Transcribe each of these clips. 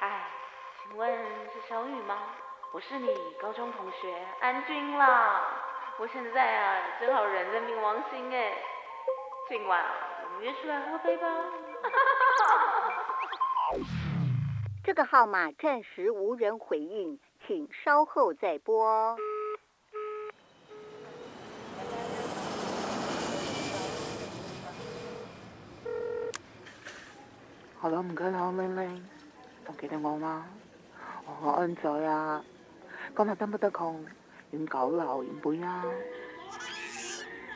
哎请问是小雨吗？我是你高中同学安君啦。我现在啊，正好人在冥王星哎。今晚啊我们约出来喝杯吧。 这个号码暂时无人回应，请稍后再拨。哦好啦，唔該啦，玲玲，仲記得我嗎？我安仔啊，今日得唔得空？遠九樓原本啊，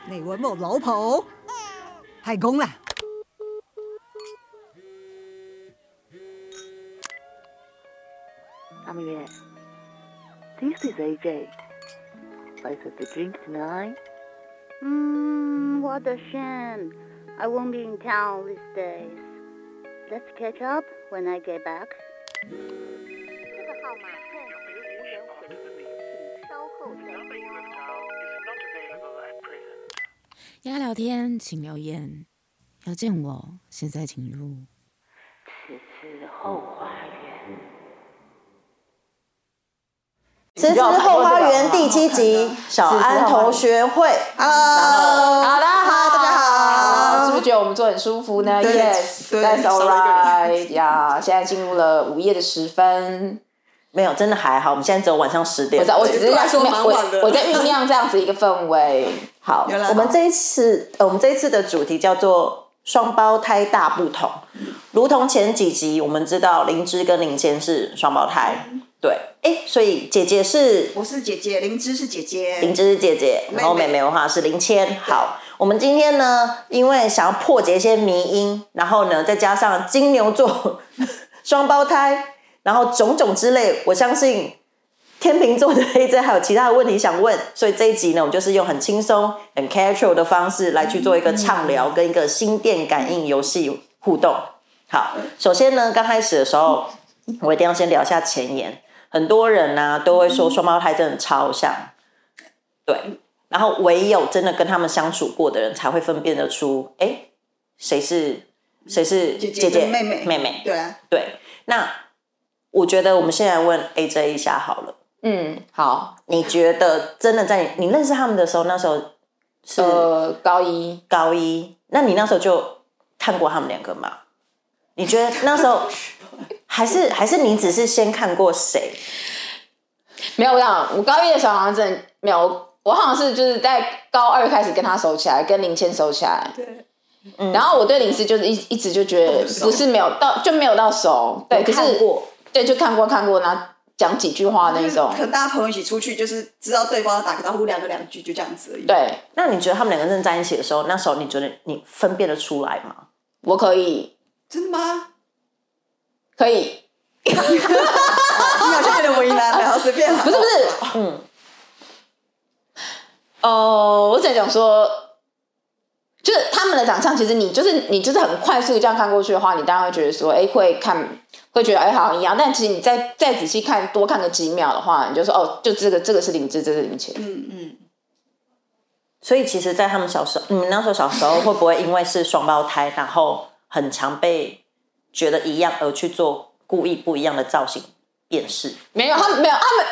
你揾我老婆係咁啦。阿月，This is AJ. Let's have a drink tonight. 嗯，What a shame. I won't be in town these days. Let's catch up when I get back. 这个号码暂时无人回应，请稍后再拨。哦要聊天请留言，要见我现在请入。此次后花园。此次后花园第七集， 小安同学会。啊 Hello，好，大家好，大家好是不是觉得我们坐很舒服呢对对？Yes，that's 少了 alright 呀。现在进入了午夜的时分，没有，真的还好，我们现在只有晚上十点。我在我只是对在来说酝蛮酿，晚的我我在酝酿这样子一个氛 围。好，原来我们这一次，呃，我们这一次的主题叫做双胞胎大不同。如同前几集，我们知道灵芝跟林谦是双胞胎，对，哎，所以姐姐是我嗯是姐姐，灵芝是姐林姐。芝是姐姐，然后妹妹的话是林谦。好，我们今天呢，因为想要破解一些迷因，然后呢，再加上金牛座 双胞胎，然后种种之类，我相信天秤座的 A J 还有其他的问题想问，所以这一集呢，我们就是用很轻松、很 casual 的方式来去做一个畅聊跟一个心电感应游戏互动。好，首先呢，刚开始的时候，我一定要先聊一下前言。很多人呢、都会说双胞胎真的超像，对，然后唯有真的跟他们相处过的人才会分辨得出，哎，谁是谁是姐姐姐姐跟妹妹妹妹。对啊，对，那我觉得我们现在问 AJ 一下好了，嗯，好，你觉得真的在你你认识他们的时候，那时候是呃，高一高一，那你那时候就看过他们两个吗？你觉得那时候 还是还是你只是先看过谁？没有，我想我高一的时候好像真的没有，我好像是就是在高二开始跟他熟起来，跟林谦熟起来。对，嗯然后我对林芝就是一一直就觉得不是没有到就没有到熟，对，可看是过，对就看过看过，然后讲几句话那种 可，能大家朋友一起出去，就是知道对方打个招呼，聊个两句，就这样子而已。，对那你觉得他们两个人在一起的时候，那时候你觉得你分辨得出来吗？我可以真的 吗？可以，你好像有点为难了，好随便啦。不是不是，嗯，哦，我只能讲说，就是他们的长相，其实你就是你就是很快速这样看过去的话，你当然会觉得说，哎，会看会觉得哎好像一样，但其实你再再仔细看多看个几秒的话，你就说哦，就这个这个是林芝，这是林谦，嗯嗯，所以其实，在他们小时候，你们那时候小时候会不会因为是双胞胎，然后很常被觉得一样而去做故意不一样的造型辨识？没嗯有他们没有他们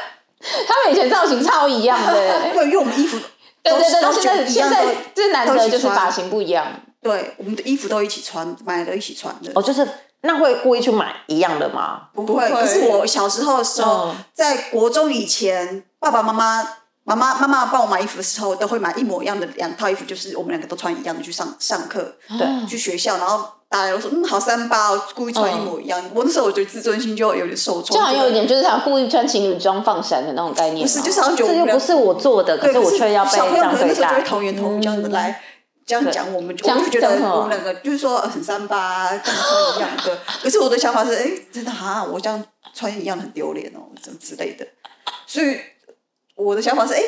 他们以前造型超一样的、对，因为我们衣服对都对对，都到现在一现样都在这男都的一起就是穿发型不一样，对，我们的衣服都一起穿，买了一起穿的哦，。就是那会故意去买一样的吗？不会，可是我小时候的时候，在国中以前，爸爸妈妈、妈妈、妈妈帮我买衣服的时候，都会买一模一样的两套衣服，就是我们两个都穿一样的去上上课，对，去学校，然后大家都说嗯好三八哦，故意穿一模一样。我那时候我觉得自尊心就有点受就挫，好像有一觉得点就是想故意穿情侣装放闪的那种概念嘛，不是，就是好像觉这得我又们不俩是我做的，可对，是我却要被小朋这友样可能那对时候就待会。同源同语这样子来。这样讲，我们就这我样就觉得这样哦我们两个就是说很三八，跟穿一样的。可是我的想法是，哎，真的哈，我这样穿一样很丢脸哦，什么之类的。所以我的想法是，哎，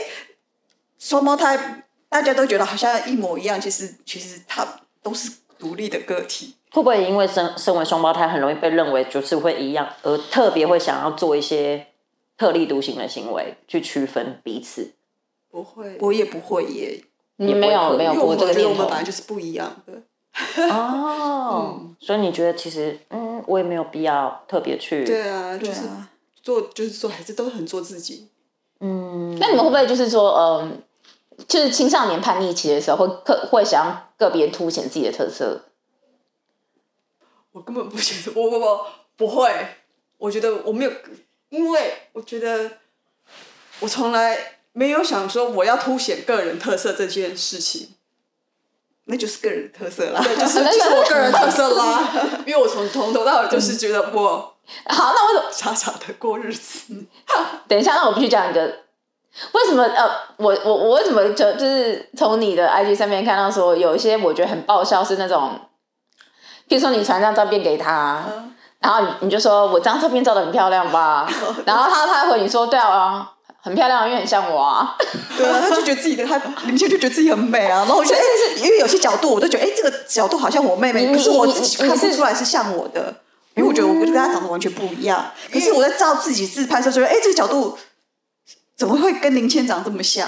双胞胎大家都觉得好像一模一样，其实其实他都是独立的个体。会不会因为身身为双胞胎，很容易被认为就是会一样，而特别会想要做一些特立独行的行为去区分彼 此？不会，我也不会耶，你嗯没有没有因为过我这个觉得念我们头本，来就是不一样的。嗯哦，所以你觉得其实，嗯，我也没有必要特别去对啊，就是做就是做还是都很做自己。嗯，那你们会不会就是说，嗯，就是青少年叛逆期的时候，会个会想要个别凸显自己的特色？我根本不觉得，我 我我不会，我觉得我没有，因为我觉得我从来没有想说我要凸显个人特色这件事情，那就是个人特色啦，对，就是 就是我个人特色啦， 因为我从从头到尾就是觉得 我好，那为什么？嗯傻傻的过日子，等一下，那我必须讲一个，为什么？呃，我我我为什么就就是从你的 IG 上面看到说，有一些我觉得很爆笑是那种，譬如说你传张照片给他，然后你你就说我这张照片照的很漂亮吧，然后他他回你说对啊，很漂亮，因为很像我啊。对啊，他就觉得自己的他林倩就觉得自己很美啊，然后我觉得哎，因为有些角度我都觉得哎，这个角度好像我妹妹，嗯你可是我你自己你看不你是出来是像我的，因为我觉得我跟她长得完全不一样。可是我在照自己自拍的时候，觉得哎，这个角度怎么会跟林倩长这么像？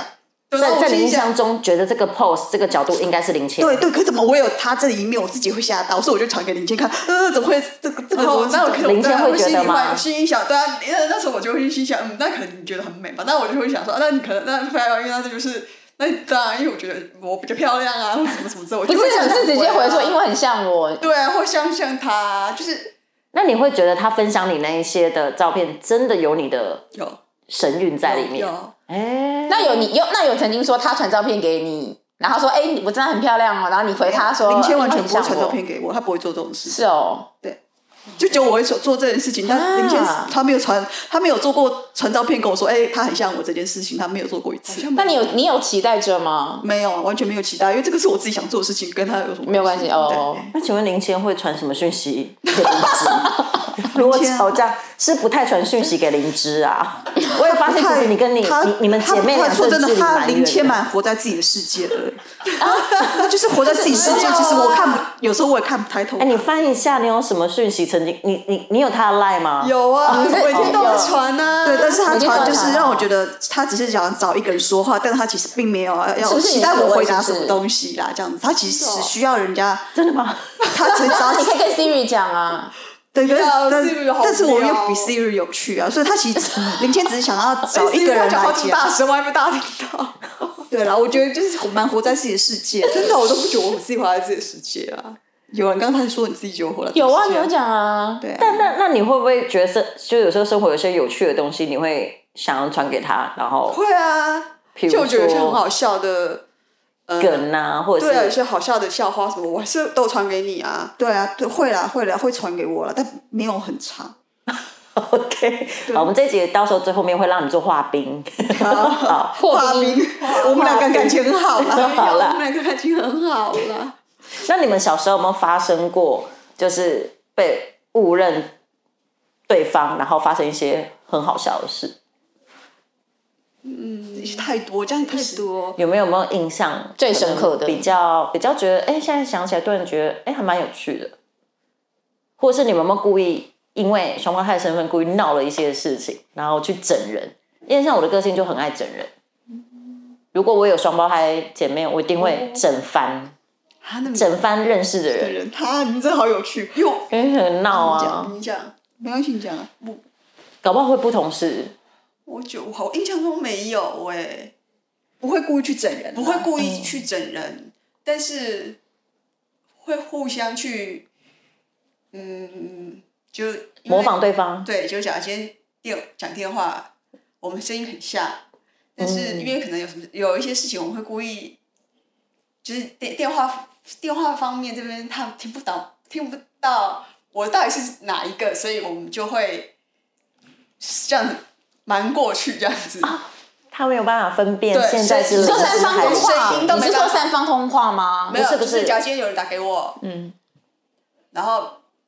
对然后在我在心你印想象中，觉得这个 pose 这个角度应该是林倩，对对，可是怎么我有她这一面，我自己会吓到，所以我就传给林倩看，呃，怎么会这个这个？然后我哦那我可能林倩对啊会我心觉得里吗会心里想，对啊，那那时候我就会心想，嗯，那可能你觉得很美吧？那我就会想说，啊那你可能那漂亮，因为那就是。那当然，因为我觉呃得我比较漂亮啊，或者什么什么之类，我不，就是会想你是直接回说，因为为很像我，对啊，或像像她，就是那你会觉得他分享你那一些的照片，真的有你的有神韵在里面？有哎，那有你有那有曾经说他传照片给你，然后说哎、我真的很漂亮哦，然后你回他说林倩完全不哎会你很像传我照片给我，她不会做这种事。是哦，就只有我会做做这件事情，但林倩啊她没有传，她没有做过传照片跟我说，哎、她很像我这件事情，她没有做过一次。那你有你有期待着吗？没有，完全没有期待，因为这个是我自己想做的事情，跟他有什么没有关系哦对，那请问林谦会传什么讯 息给林芝？如果吵架是不太传讯息给林芝啊？我也发现，其实你跟你他你你们姐妹他俩他说真的，距离他蛮远林千的。蛮活在自己的世界的，他就是活在自己世界。其实我看不，有时候我也看不抬头哎，。你翻一下，你有什么讯息曾经？你你你有他的 line 吗？有啊，你在每天都有有传啊。对，但是他每天都有传就传是让我觉得他只是想找一个人说话，但是他其实并没有要是要不是期你待所我谓回答是什不是么东西啦。这样子，他其实只需要人家，真的 吗？他只那找你可以跟 Siri 讲啊， 对，可是啊但 Siri 好但是我无聊又哦比 Siri 有趣啊，所以他其 实林倩只是想要找一个人来讲话这么大讲。什么还没大听到？对啦，我觉得就是蛮活在自己的世界，真的，我都不觉得我自己活在自己的世界啊。有人刚才说你自己就活在自己的有啊，世你界有讲啊，对啊，但那那你会不会觉得生就有时候生活有些有趣的东西，你会想要传给他，然后会啊，譬如就我觉得有些说很好笑的呃梗啊，或者对啊，有是些好笑的笑话什么，我还是都传给你啊。对啊，对，会啦，会啦，会传给我了，但没有很长。啊 OK，好，我们这一节到时候最后面会让你做画冰，好，画冰，我们两个感情很好啦，好啦我们两个感情很好啦。那你们小时候有没有发生过，就是被误认对方，然后发生一些很好笑的事？太多，这样太多。有没有有没有印象最深刻的可能比较比较觉得，哎、现在想起来突然觉得，哎、还蛮有趣的，或者是你们有没有故意因为双胞胎的身份故意闹了一些事情，然后去整人？因为像我的个性就很爱整人，如果我有双胞胎姐妹，我一定会整翻啊，那整翻认识的的人，人，他你真的好有趣，哟。因为很闹你啊讲，，你讲，没关系，你讲啊。我搞不好会不同事。我就我好印象中没有哎、不会故意去整人、啊不会故意去整人，但是会互相去，嗯，就因为模仿对方，对，就假如今天电讲电话，我们声音很像，但是嗯因为可能有什么有一些事情，我们会故意，就是电电话电话方面这边他听不到，听不到我到底是哪一个，所以我们就会这样子瞒过去这样子。啊他没有办法分辨对现在是所以你说就三方还通是声音话，都你没是说办法三方通话吗？没有，不是不就是是假如今天有人打给我，嗯，然后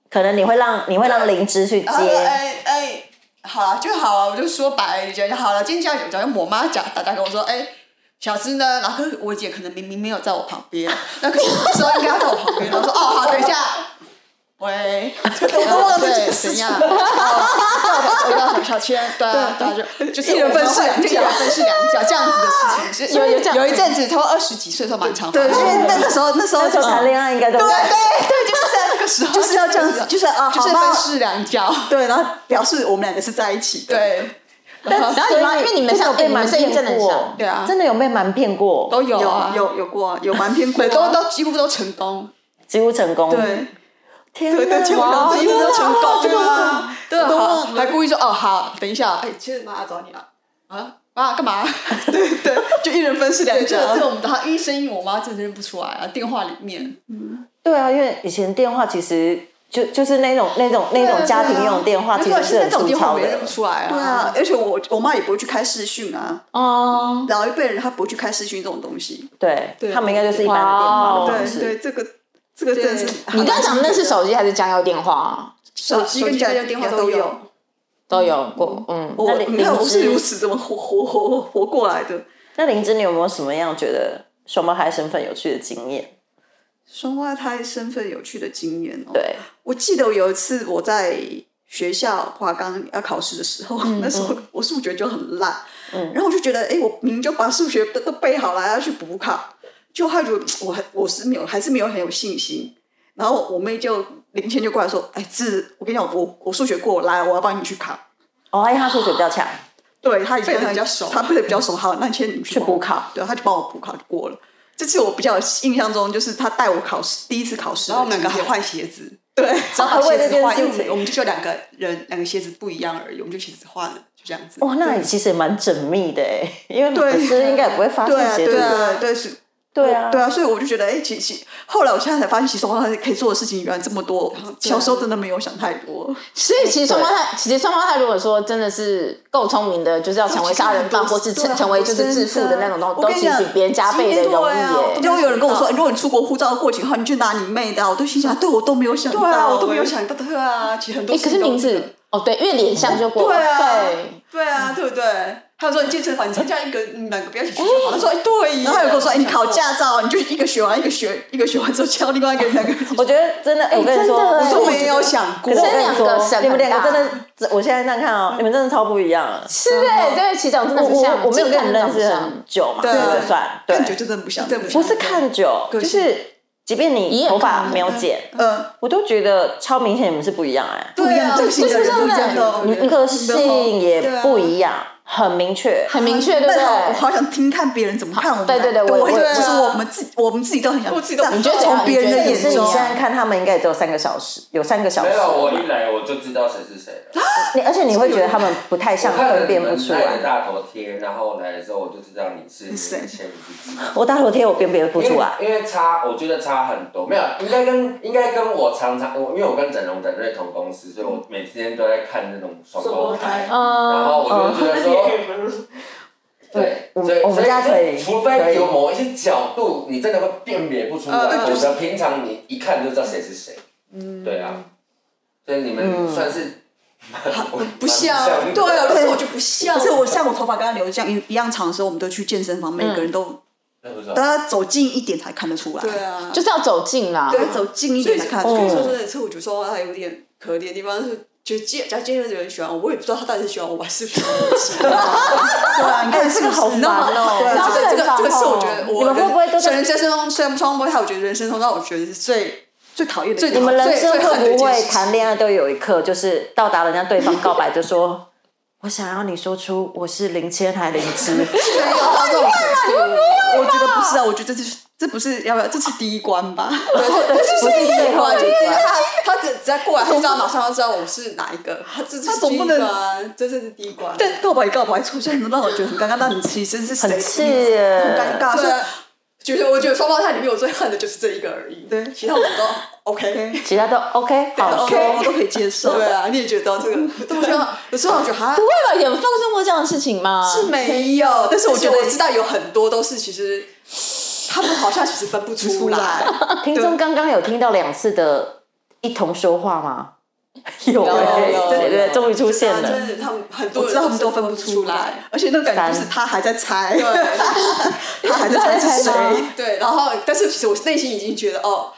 可能你会让你会让灵芝去接，然后哎哎，好了就好了，我就说白了，就好了。今天假如假如我妈假打打给我说，哎、小芝呢？然后可是我姐可能明明没有在我旁边，那可是我说应该要在我旁边，然后说哦好，等一下，喂，我都忘了对怎样？哦我要小小圈，对啊，对啊，就就是一人分饰两两角一人分饰两角这样子的事情，有有这样有一阵子，他们二十几岁的时候蛮长，对，因为那个时候那时候那时候谈恋爱应该都对对对，就是在那个时候，就是要这样子就是啊，就是好吧分饰两角。对，然后表示我们两个是在一起的，对，但然后所以因为你们像真的有被你们瞒声音骗真的很过像对啊真的有被瞒骗过，都有啊有，有有过啊，有蛮偏过对，啊，都都几乎都成功。几乎成功。，对天对哪对，几乎都几乎都成功，对啊啊，对啊，都好，忘了还故意说哦好，等一下，哎，其实妈要找你了啊。妈干嘛？ 对对，就一人分饰两对，这角个这。个我们的，因为声音我妈真的认不出来啊，电话里面。对啊，因为以前电话其实就就是那种那种那对种啊家庭对啊用电话，其对实啊是现在很这种粗电话糙我也的认不。出来对啊。啊，而且我我妈也不会去开视讯啊，哦，老一辈人她不会去开视讯这种东西。对，对他们应该就是一般的电话的哇哦方对式。对，这个这个真的是你刚刚讲的那是手机还是家用电话啊？手机跟家用电话都都有。。都有过，嗯，我那你你看你我是是如此怎么活活活活过来的？那林芝，你有没有什么样觉得双胞胎身份有趣的经验？双胞胎身份有趣的经验哦。对，我记得有一次我在学校华冈要考试的时候，嗯 那时候我数学就很烂，嗯然后我就觉得，哎，我明明就把数学都都背好了，要去补考，就害我我还我是没有，还是没有很有信心。然后我妹就林倩就过来说，哎，志，我跟你讲，我我数学过，来，我要帮你去考。哦，因为他数学比较强，对他已经背得比较熟他背的比较熟，好，那你先你去去补帮我考，对，他就帮我补考就过了。这次我比较印象中就是他带我考试，第一次考试然的后经我验，们两个还换鞋子，对，只要把哦为鞋这件子换，事因哦为我们情我们就只有两个人，两个鞋子不一样而已，我们就鞋子换了，就这样子。哇，哦那其实也蛮缜密的哎，因为啊对老师应该也不会发对现啊，鞋对子。啊，对是。对啊对啊，所以我就觉得，哎，其其后来我现在才发现，其实我可以做的事情原来这么多。小时 候真的没有想太多，所以其实双胞胎，其实双胞胎如果说真的是够聪明的，就是要成为杀人犯或是对成啊成为就是致富的那种东西，都我跟你其讲实比别人加倍的容易对啊耶。都有人跟我说，哎如果你出国护照过期的话，你去拿你妹的啊。我都心想，对我都没有想到，对啊，我都没有。想到，对啊，其实很多哎，事可情是都。名字哦，对，因为脸像就过，对啊对，对啊，对不对？还有说你健身房，你参加一个，你们两个不要一起去就好了。他他说说，哎，对耶。然后有跟我说，哎，你考我驾照啊，你就一个学完，一个学，一个学完之后教另外一个两个。我觉得真的，我跟你说，真的我哎说都没有想可过是，我这跟你两个省说，很你们两大个真的，我现在这样看哦，你们真的超不一样。是哎，对，其实长真我的是我像，我没有跟你认近看真识的长得很久嘛，对这就算对看，久就真的不想，真的不不想是看久，就个是即便一你眼头发看没有剪，嗯，我都觉得超明显你们是不一样哎，不一样，个性的人不一样的哦，你对个性也不一样，很明确。很明确，对不那好，我对？好想听看别人怎么看我们对俩。对对我我我其实我们自己我们自己都很想，我自己都你你觉觉得得啊从别人那的也是眼你中现，在看他们应该也只有三个小时，有三个小没时。有，啊我一来我就知道谁是谁了。你而且你会觉得他们不太像，我看分了你辨们不出拍来的。大头贴，然后来的时候我就知道你是谁，千自己。我大头贴我辨别不出来，因为因为差，我觉得差很多。没有，应该跟应该跟我常常，我因为我跟整容整瑞同公司，所以我每天都在看那种双胞胎，然后我就觉得哦说。对，我所以嗯我们家可以除可非以有某一些角度，你真的会辨别不出来，呃否就是则平常你一看就知道谁是谁。嗯，对啊，所以嗯你们算是不像蛮蛮，对啊，可是我就不像可。是我像我头发刚刚留的这样一一样长的时候，我们都去健身房，每个人嗯都那不是大家走近一点才看得出来，对，啊，就是要走近啦。对，走近一所以点才所以看得出说来。哦真的，是我觉得说他有点可怜的地方是，就今假如今天有人喜欢我，我也不知道他到底是喜欢我还是不喜欢我。 对啊，你看这个好是不是烦哦对然后啊这个这个这个是我觉得你我们会不会都人生人生中虽然双胞胎，我觉得人生中让我觉得是最最讨厌的最你地方们人生会最最恨的一不件会事情谈恋爱都有一刻，就是到达人家对方告白就说，我想要你说出我是林千还林 芝，没有到这种程度。我觉得不是啊，我觉得这是这不是要不要，这是第一关吧？ 对，这不是最后关，就是一关他他只只要过来，他就知道马上要知道我是哪一个，他这这他是总第一不能关，这这是第一关。但告白告白出现，让我觉得很尴尬。那你其实是谁？很气耶很尴尬。所对以啊，觉得我觉得双胞胎里面我最恨的就是这一个而已，对其他我都 OK。 其他都 OK 好说。我都可以接受。对啊，你也觉得这个， 但我觉得有时候我觉得哈不会吧？有发生过这样的事情吗？是没有，但是我觉得但是我我知道有很多都是其实他们好像其实分不出来，听众刚刚有听到两次的一同说话吗？有哎，有啊对对，有终于出现真了。的他们很多我人知道他们都分分不出出来，，而且那个感觉就是他还在猜，他还在猜是谁。对，然后但是其实我内心已经觉得哦。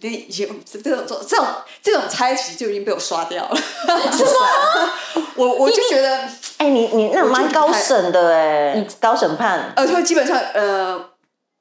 那已经这种这种这种猜其实就已经被我刷掉了，是吗？ 我我就觉得，哎，你你那蛮高审的嗯哎，高审判呃，他们基本上呃，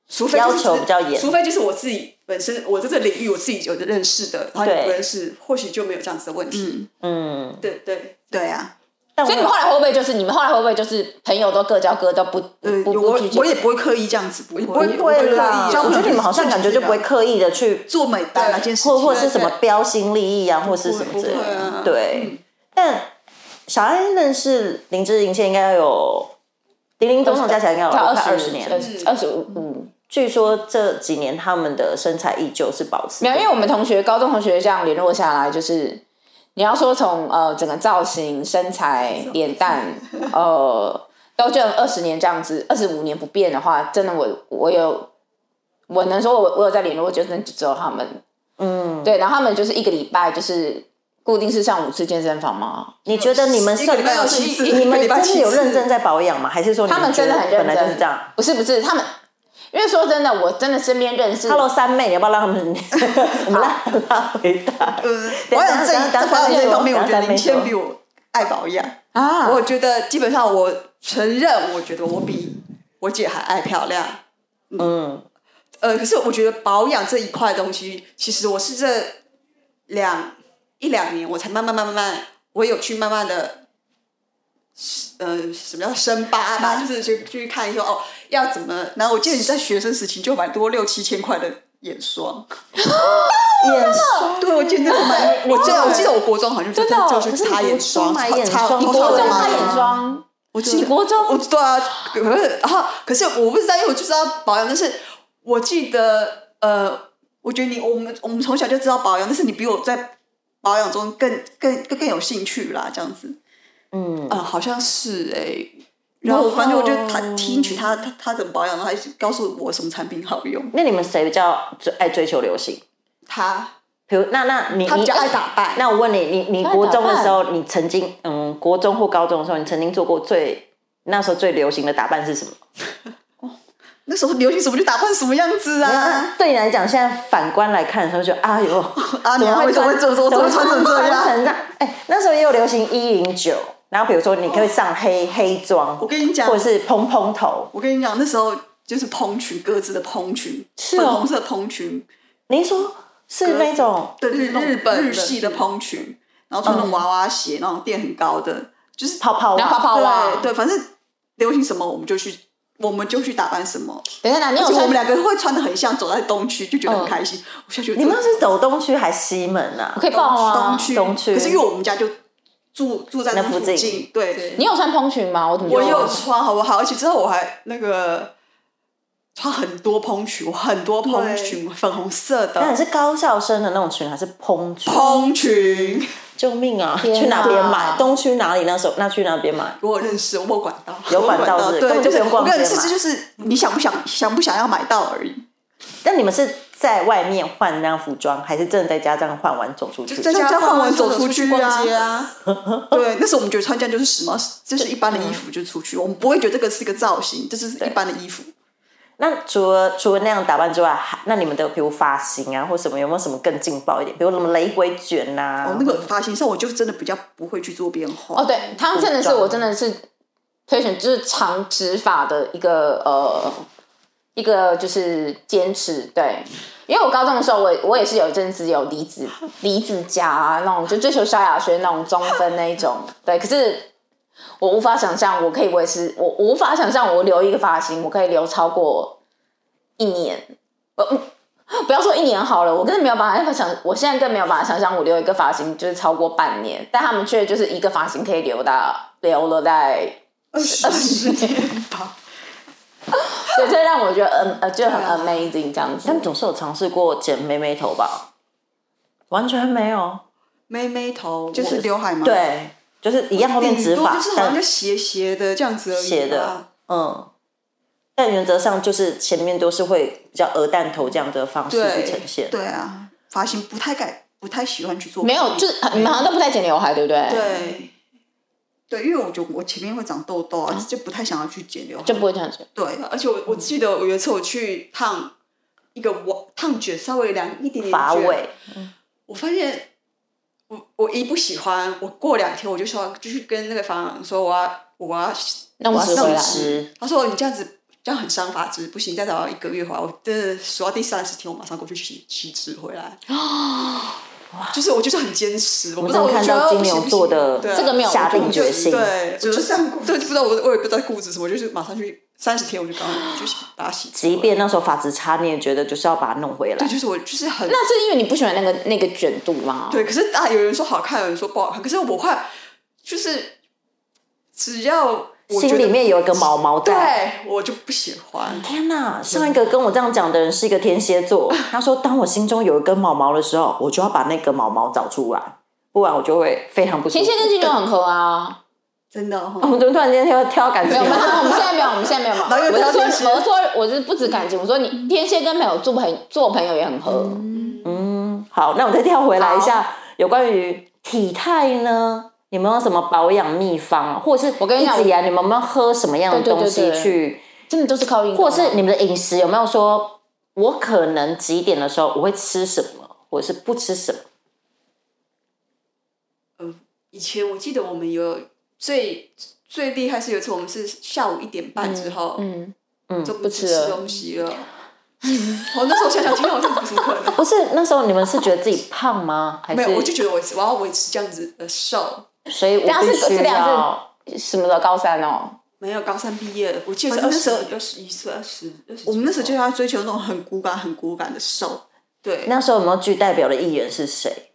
除非要就是求自比较严除非就是我自己本身我在这领域我自己有的认识的，然后你不认识，或许就没有这样子的问题。嗯，对对对啊。所以哦你们后来会不会就是你们后来会不会就是朋友都各交各都不不不我聚集我也不会刻意这样子，不会不会啦。我觉得你们好像感觉就不会刻意的去做每单那件事情，或或者是什么标新立异啊，或是什么之类不会啊的。对，但小安认识林志颖，现在应该有零零总总加起来应该有快二十年。二十五，嗯，据说这几年他们的身材依旧是保持没有，因为我们同学高中同学这样联络下来，就是你要说从呃整个造型、身材、脸蛋，呃，都这二十年这样子，二十五年不变的话，真的我我有我能说我我有在联络，就真的只有他们。嗯，对，然后他们就是一个礼拜就是固定是上五次健身房嘛，你觉得你们一个剩礼拜要七次，你一个们真礼拜的七次有认真在保养吗？还是说你他们觉真得的很认真，本来就是这样？不是不是他们。因为说真的，我真的身边认识 Hello，三妹，你要不要让他 们？我们拉拉回答。呃，等保一下等一养这下在保养这一方面，我觉得等一林下谦比我爱保养。啊，我觉得基本上，我承认，我觉得我比我姐还爱漂亮。嗯，呃，可是我觉得保养这一块东西，其实我是这两一两年，我才慢慢慢慢慢，我有去慢慢的，呃，什么叫深扒吧，就是去去看一下哦，要怎么。然后我记得你在学生时期就买多六七千块的眼霜，眼对，我记得那时候买，我记得我记得我国中好像就真的哦就去可是你擦眼国中霜，买擦眼擦霜你国国国中中买擦眼眼霜。霜，我记你得国中我对啊，可是然后可是我不知道，因为我就知道保养，但是我记得呃，我觉得你我们我们从小就知道保养，但是你比我在保养中更更更更有兴趣啦，这样子，嗯呃，好像是哎、然后哦反正我就他听取他他他怎么保养，然后他一直告诉我什么产品好用。那你们谁比较最爱追求流行？他比如，那那你他比你较爱打扮，那我问你，你爱你打国中的时候，你曾经嗯，国中或高中的时候，你曾经做过最那时候最流行的打扮是什么？那时候流行什么就打扮什么样子啊那对你来讲，现在反观来看的时候，就哎呦， 啊！你怎么还会会怎穿么会怎么怎么会穿成这穿样？成这样？哎，那时候也有流行一零九，然后比如说你可以上黑黑妆，我跟你讲或者是蓬蓬头。我跟你讲，那时候就是蓬裙，各自的蓬裙，是哦粉红色蓬裙，您说是那种对，日日日本本的日系的蓬裙，然后穿那种娃娃鞋，那种垫很高的，就是嗯泡泡然后袜？泡泡袜。对，反正流行什么我们就去，我们就去打扮什么。等一下啦，你而有且我穿们两个会穿的很像，走在东区就觉得很开心。我现在觉嗯得你们这是走东区还西门啊我？可以报东啊。区，东区可是因为我们家就住住在那附附近近，对，你有穿蓬裙吗？我怎么我觉得有穿好不好？而且之后我还那个。穿很多蓬裙，我很多蓬裙，粉红色的。那你是高校生的那种裙还是蓬裙？蓬裙，救命啊！天哪去哪边买？东区哪里？那时候那去哪边买？我有认识，我有管道，有我管道 是不是根对，本就就是不用我逛个人街是嘛就是你想不想想不想要买到而已，但你们是在外面换那样服装，还是真的在家这样换完走出去？在家换完走出去逛街啊。 对，那时候我们觉得穿这样就是时髦，就是一般的衣服就出去，我们不会觉得这个是一个造型，这就是一般的衣服。那除了除了那样打扮之外，还那你们的比如发型啊，或什么有没有什么更劲爆一点？比如什么雷鬼卷啊呐、哦，那个发型上我就真的比较不会去做变化。哦，对，他们真的是我真的是推选就是长直发的一个呃一个就是坚持，对，因为我高中的时候我我也是有一阵子有离子离子夹啊那种，就追求萧亚轩那种中分那一种，对，可是。我无法想象，我可以维持我我无法想象，我留一个发型，我可以留超过一年。不，嗯不要说一年好了，我根本没有办法想，我现在更没有办法想象我留一个发型就是超过半年，但他们却就是一个发型可以留到留了在，二十年吧，对，这让我觉得嗯呃就很 amazing 这样子他。们总是有尝试过剪妹妹头吧？完全没有，哦妹妹头就是刘海嘛，，对，就是一样后面直顶多发，就是好像但就斜斜的这样子而已吧。啊斜的嗯，但原则上就是前面都是会比较鹅蛋头这样的方式去呈现。对啊，发型不太改，不太喜欢去做没变化。有，就是你们好像都不太剪刘海，对不对？，对，对，因为我觉得我前面会长痘痘啊，就不太想要去剪刘海。就不会这样子。对，而且我我记得我有一次我去烫一个我烫卷，稍微凉一点点发卷尾，我发现我我一不喜欢，我过两天我就说就去跟那个发廊说我要我要，弄我要直回上来，直，他说你这样子这样很伤发质，不行，再找到一个月回来，啊我真的数到第三十天，我马上过去洗洗脂回来。哦就是我就是很坚持，我我们不知真道我的看觉到得金牛座的对啊这个没有下定固决心，对，就就是是上，对，就不知道我我也不知道固执什么，我就是马上去三十天，我就刚刚就把它洗出来。即便那时候发质差，你也觉得就是要把它弄回来对，。就是我就是很那是因为你不喜欢那个那个卷度吗？对，可是啊，有人说好看，有人说不好看，可是我快就是只要我觉心得里面有一个毛毛对在。我就不喜欢。天哪！上一个跟我这样讲的人是一个天蝎嗯座，他说：“当我心中有一根毛毛的时候，我就要把那根毛毛找出来，不然我就会非常不舒服。”天蝎跟金牛很合啊，真的哦我们怎么突然间挑挑感没情有，？没有，我们现在没有，我们现在没有。然后又我挑是说，天蝎我是说，我是不止感情，我说你天蝎跟朋友做朋做朋友也很合，嗯，好，那我再跳回来一下，有关于体态呢，有没有什么保养秘方啊？或者是我跟你讲一直以来你们有没有喝什么样的对对东西对对去，真的都是靠运动或啊。者是你们的饮食有没有说，我可能几点的时候我会吃什么，或者是不吃什么？以前我记得我们有最最厉害是有一次我们是下午一点半之后，嗯，就不不吃吃了东西了。 我那时候想想，天啊，我这怎么可 能？不是那时候你们是觉得自己胖吗？还没是有，我就觉得我一直我要维持这样子的瘦。所以我这样必啊是须这两要是什么时候？高三哦，没有，高三毕业了，我记得是反正二那十时候二十一岁、二十二十。我们那时候就要追求那种很骨感、很骨感的瘦，对那时候有没有剧代表的艺人是谁？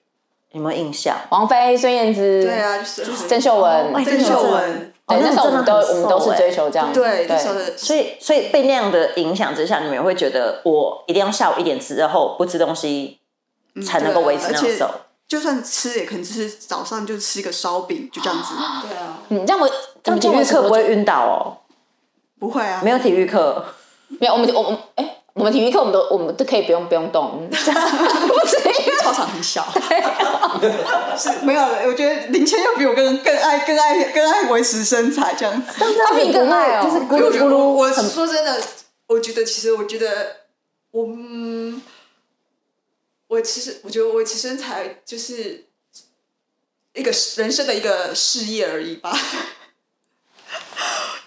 有没有印象？王菲、孙燕姿，对，啊，就是哦郑秀文，哎郑秀文，对，哦那时候我们真的都很我们都瘦是欸追求这样，对，那时候对，的所以，所以被那样的影响之下，你们会觉得我一定要下午一点之后不吃东西，嗯才能够维持那样对啊而且瘦。就算吃也可能只是早上就吃个烧饼，就这样子。对啊，你让嗯我你们体育课不会晕倒哦，不 会啊，没有体育课，没有，我们我们哎、我们体育课我们都我们都可以不用不用 动，不是因为操场 很小，是没有了。我觉得林谦又比我更更爱、更爱、更爱维持身材这样子。他比你更爱哦、啊就是因咕为我噜觉咕得噜。我我说真的，我觉得其实我觉得我嗯，我其实我觉得维持身材就是一个人生的一个事业而已吧，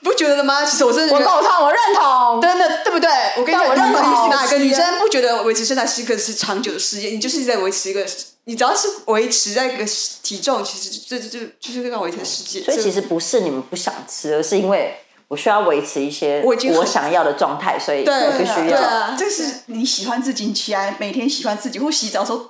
不觉得吗？其实我真的觉我得。够痛，我认同。真的对不对？我跟但你讲，我认不管同你是哪啊个女生不觉得维持身材是一个是长久的事业？你就是一直在维持一个，你只要是维持在一个体重，其实这这这就是这个维持世界。所以这其实不是你们不想吃，而是因为我需要维持一些我已经很我想要的状态，所以对我必须对要。啊这是你喜欢自己，你起来每天喜欢自己，或洗澡的时候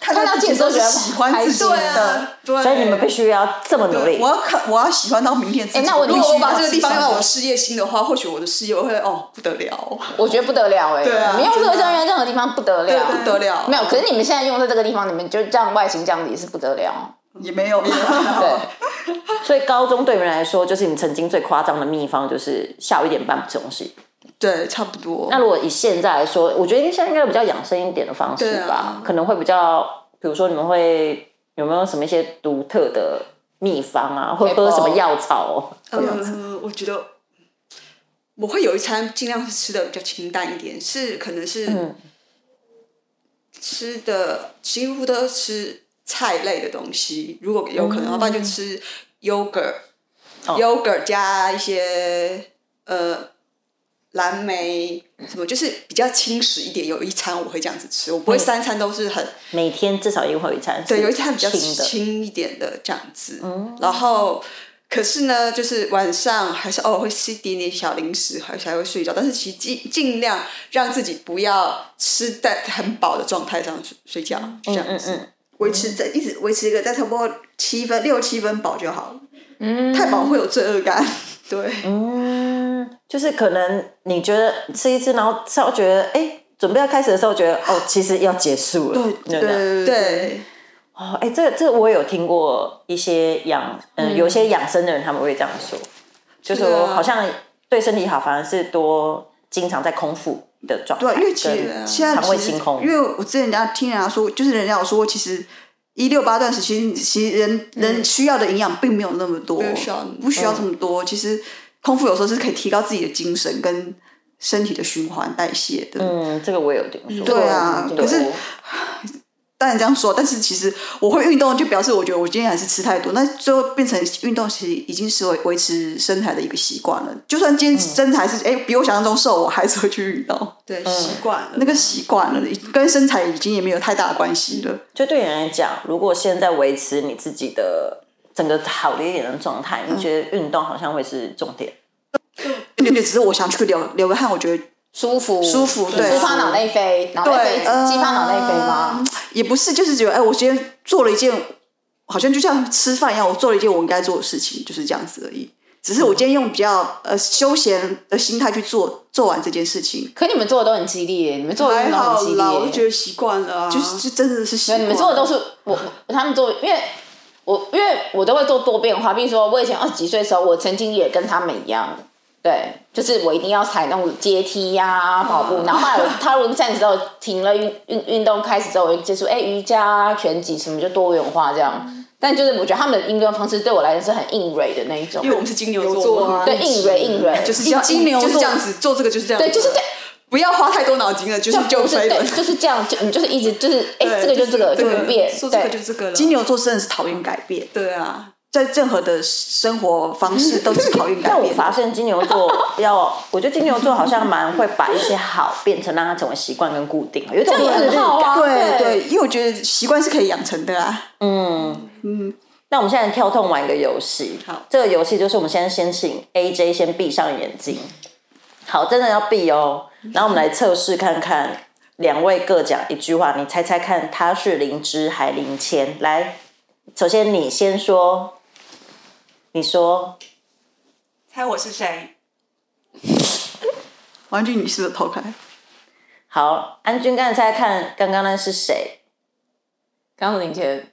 看看到自己镜子都都是觉得喜欢自己对的。啊，对。所以你们必须要这么努对，力我。要看，我要喜欢到明天自己。哎那我如果我把这个地方用要到我事业心的话，或许我的事业会哦不得了， 我觉得不得了哎、对啊你们用这个教育任何地方不得对了，不得了，没有，可是你们现在用在这个地方，你们就这样外形这样子也是不得了。也没 有，对，所以高中对你们来说，就是你们曾经最夸张的秘方，就是下午一点半不吃东西。对，差不多那。如果以现在来说，我觉得现在应该有比较养生一点的方式对吧，啊可能会比较，比如说你们会有没有什么一些独特的秘方啊，会喝什么药草、呃，我觉得我会有一餐尽量吃的比较清淡一点，是可能是嗯吃的几乎都吃菜类的东西，如果有可能，要不然就吃 yogurt、哦 yogurt 加一些呃蓝莓什么，就是比较轻食一点。有一餐我会这样子吃，我嗯不会三餐都是很每天至少一定会有一餐是 对，有一餐比较轻的。轻一点的这样子。哦然后，可是呢，就是晚上还是偶哦尔会吃一点点小零食，还还会睡觉，但是其实尽尽量让自己不要吃在很饱的状态上睡睡觉，这嗯样嗯子。嗯，维持在一直维持一个在差不多七分六七分饱就好了，嗯，太饱会有罪恶感。 对，嗯，就是可能你觉得吃一吃，然后吃到觉得哎、诶准备要开始的时候，觉得哦，其实要结束了。对对对，哦，哎、这个这个我有听过一些养，嗯，有些养生的人他们会这样说，就啊说好像对身体好，反而是多经常在空腹的状态，对，因为其实跟现在肠胃其实清空因，为我之前人家听人家说，就是人家有说，其实一六八段时期，其实人人需要的营养并没有那么多没有需要，不需要嗯这么多。其实空腹有时候是可以提高自己的精神跟嗯身体的循环代谢的。嗯，这个我有听说，对啊嗯可是当然这样说，但是其实我会运动，就表示我觉得我今天还是吃太多，那最后变成运动其实已经是维维持身材的一个习惯了。就算嗯今天真的还是哎、比我想象中瘦，我还是会去运动。对，习惯了。那个习惯了，跟身材已经也没有太大的关系了。就对你来讲，如果现在维持你自己的整个好的一点的状态，嗯你觉得运动好像会是重点？就只是我想去流流个汗，我觉得舒服，舒服对抒发脑内啡，脑内啡对呃激发脑内啡吗？也不是，就是觉得哎，我今天做了一件，好像就像吃饭一样，我做了一件我应该做的事情，就是这样子而已。只是我今天用比较呃休闲的心态去做做完这件事情，可你们做的都很激烈，你们做的还运动好很激啦，我就烈，觉得习惯了啊。就是就真的是习没有惯你们做的都是我我他们做，因为我因为我都会做多变化，比如说我以前二十几岁的时候，我曾经也跟他们一样。对，就是我一定要踩那种阶梯呀、跑步，嗯然后后来我踏入站之后，停了运运运动开始之后，我就接触哎瑜伽、啊、拳击什么，就多元化这样。嗯但就是我觉得他们的运动方式对我来讲是很硬蕊的那一种因，为我们是金牛座嘛，对硬蕊硬蕊，就是这样金牛座就是这样子做这个就是这样子，对，就是这样。不要花太多脑筋了，就是就不是飞轮对，。就是这样，就你就是一直就是，哎、对这个就这个就这不变，说这个就对，这个了。金牛座真的是讨厌改变，对啊，在任何的生活方式嗯都是讨厌改但我变的。 发现金牛 座要，我觉得金牛座好像蛮会把一些好变成让它成为习惯跟固定，有一种这样也自很律好感。啊，对对，因为我觉得习惯是可以养成的啊。嗯嗯。那我们现在跳痛玩一个游戏，好这个游戏就是我们现在先请 AJ 先闭上眼睛，好，真的要闭哦。然后我们来测试看看，两位各讲一句话，你猜猜看他是灵芝还灵签？来，首先你先说，你说猜我是谁？玩具女士的偷开，好，安君刚才猜看刚刚那是谁？刚刚林前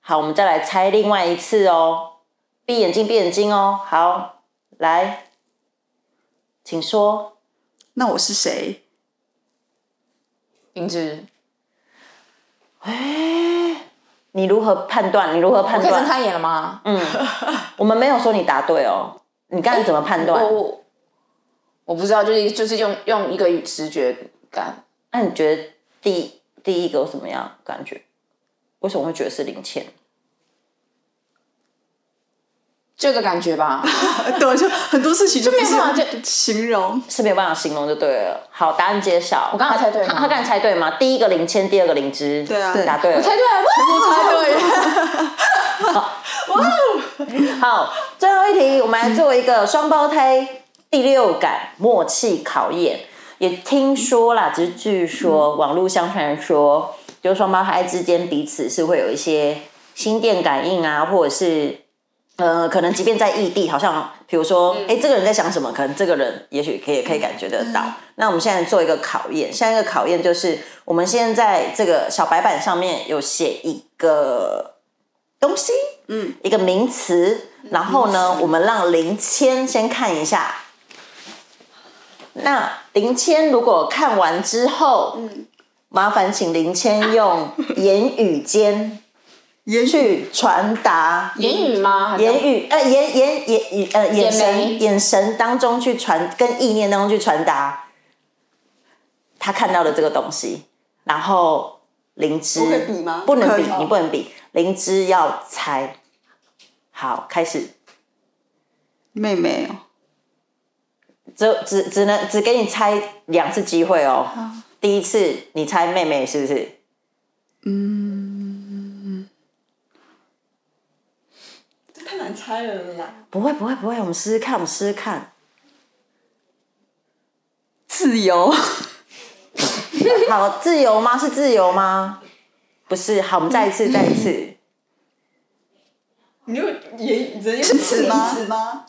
好，我们再来猜另外一次哦。闭眼睛，闭眼睛哦。好，来，请说。那我是谁？林芝，你如何判断？你如何我判可以睁断？开眼了吗？嗯，我们没有说你答对哦。你刚才怎么判断？我我我不知道，就是就是用用一个直觉感，那你觉得第第一个有什么样感觉？为什么会觉得是零钱？这个感觉吧，呃对，就很多事情就不没有办法是形容。是没有办法形容就对了。好，答案揭晓。我刚才猜对吗他他刚才猜对吗？第一个零钱，第二个灵芝。对啊答对了。 我猜对了，哇猜对了， 好，最后一题，我们来做一个双胞胎第六感默契考验。也听说啦，只是据说网络相传说，就双胞胎之间彼此是会有一些心电感应啊，或者是呃，可能即便在异地，好像比如说，哎、这个人在想什么，可能这个人也许可以可以感觉得到。那我们现在做一个考验，下一个考验就是我们现在这个小白板上面有写一个东西，嗯，一个名词，然后呢，我们让林谦先看一下。那林谦如果看完之后，嗯，麻烦请林谦用言语间去传达言语吗？还是言语呃言言言语呃眼眉神眼神当中去传跟意念当中去传达他看到的这个东西，然后灵芝不可以比吗不能不可以比，你不能比，灵芝要猜。好，开始，妹妹哦，只只只能只给你猜两次机会哦。第一次你猜妹妹是不是？嗯这太难猜了啦。不会不会不会，我们试试看，我们试试看。自由，好，自由吗？是自由吗？不是，好，我们再一次，再一次。你就也人是词吗词吗？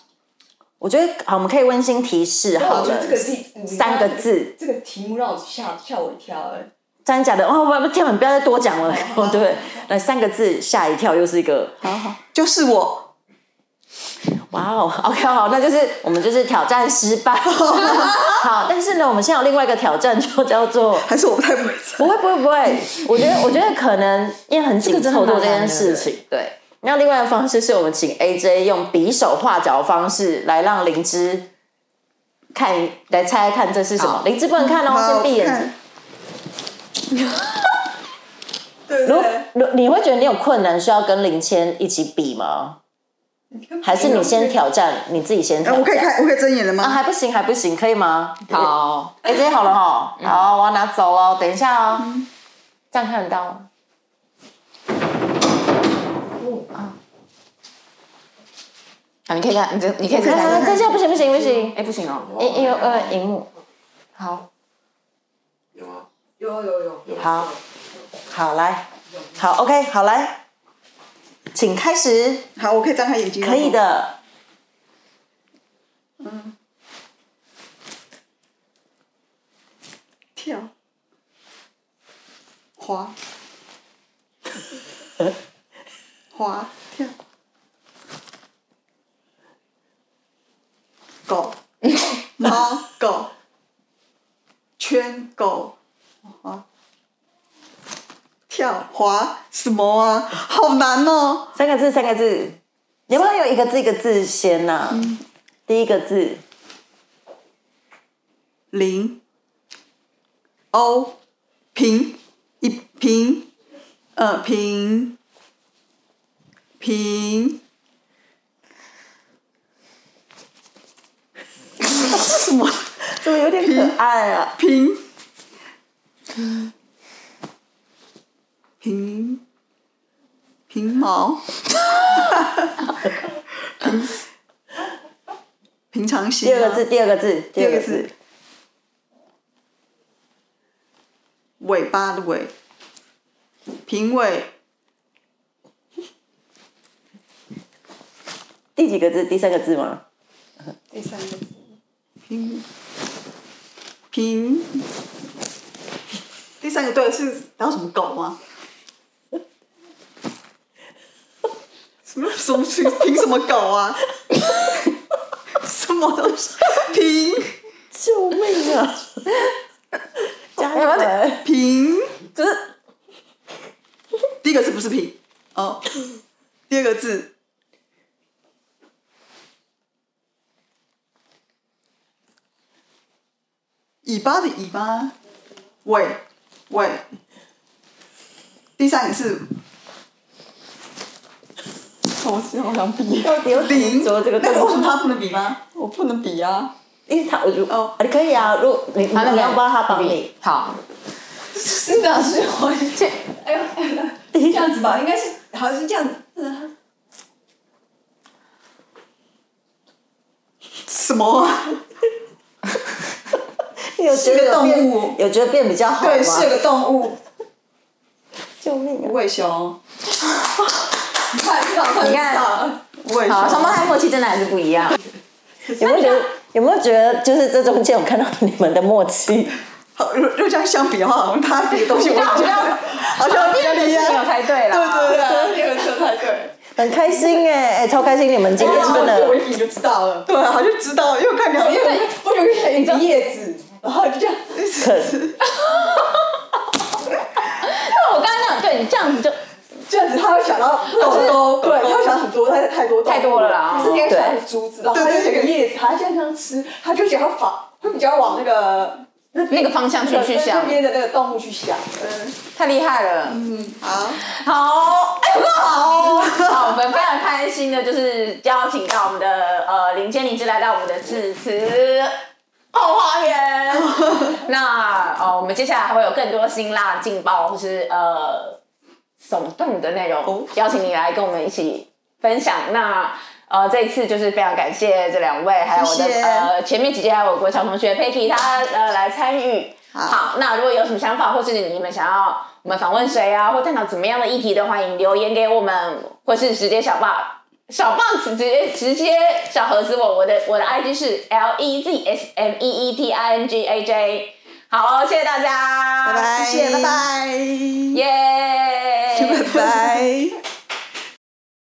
我觉得好，我们可以温馨提示好我觉了得这，个字三个，字，这个题目让我吓吓我一跳哎。真的假的？哦，不不，天啊，你不要再多讲了，哦， 对，那三个字吓一跳，又是一 个，好好，就是我，哇哦，OK，好，那就是我们就是挑战失 败。好，但是呢，我们现在有另外一个挑战，就叫做 还是我不太不会猜。不会不会不会，我觉得我觉得可能因为很紧凑做这件事情，对。那另外一个方式是我们请 AJ 用比手画脚的方式来让灵芝看来嗯猜猜看这是什么，灵芝不能看哦，先闭眼睛。如如你会觉得你有困难需要跟林谦一起比吗？还是你先挑战，你自己先挑啊战。我可以开，我可以睁眼了吗？啊，还不行，还不行，可以吗？好， 哎、这些好了哈，好，我要拿走哦，等一下哦，嗯这样看得到吗？啊，你可以看，你这你可以再看啊，看这下不行不行不行，哎，不行哦，因因为呃，荧幕，好，有吗？有有有，好，好来，好，OK，好来，请开始，好，我可以张开眼睛。可以。的。嗯。跳。 滑。滑跳。狗。猫狗。圈狗。滑。跳滑什么啊？好难哦。三个字，三个字，有没有有一个字一个字先呐、嗯第一个字零欧平一平呃平平 什么怎么有点可爱啊？平平平毛 平平常心第吗二个字，第二个字，第二个字字，尾巴的尾，评委第几个字？第三个字吗？第三个字，评评第三个对是然后什么狗吗？什么什么凭凭什么狗啊？什么东西？凭救命啊！哎加油！凭就是第一个字不是平哦，第二个字尾巴的尾巴，尾尾，第三个是，我我想比到底要怎么零，做这个但是我动作？他不能比吗？我不能比啊，因为他，我就哦哦，你可以啊，如果你你好，那你要帮他帮你，，好，是的，是我这，哎呦，这样子吧，应该是好像是这样子。什么啊？你有觉得有是个变动物有觉得变比较好吗？对，是有个动物，救命啊！无尾熊。你看，你看，你看看，无尾好，双熊。胞胎默契真的还是不一样。有没有觉得？有没有觉得就是这中间我看到你们的默 契？好，如果如果这样相比的话，好像他别的东西我比较，好像比较厉没有害。猜对对了，对对，第二个才对。很开心哎、哎、超开心！你们今天真我的一比就知道了。对啊，好像知道了，因为我看两眼，我有一个叶子，然后就这样。很那我刚刚那样，对你这样子就这样子他会想到很多，对，他会想很多，太太多太多了啦哦之前想竹子，然后他就这个叶子，他现在这样吃，他就想要仿，会比较往那个那个方向去去想那，边的那个动物去想。嗯，太厉害了。好，好，哎，有个好，好，我们非常开心的，就是邀请到我们的呃林千灵芝来到我们的致辞后花 园。那呃，我们接下来还会有更多辛辣、劲爆或是呃耸动的内哦容，邀请你来跟我们一起分享。那呃，这一次就是非常感谢这两位，还有我的谢谢呃前面几届还有我国小同学 Peggy 她呃来参与。好，那如果有什么想法，或是你们想要我们访问谁啊，或探讨怎么样的议题的，欢迎留言给我们，或是直接小爸小棒子直接直接小盒子我，我的我的 IG 是 L E Z S M E E T I N G A J。好哦，谢谢大家，拜拜，谢谢，拜拜。耶、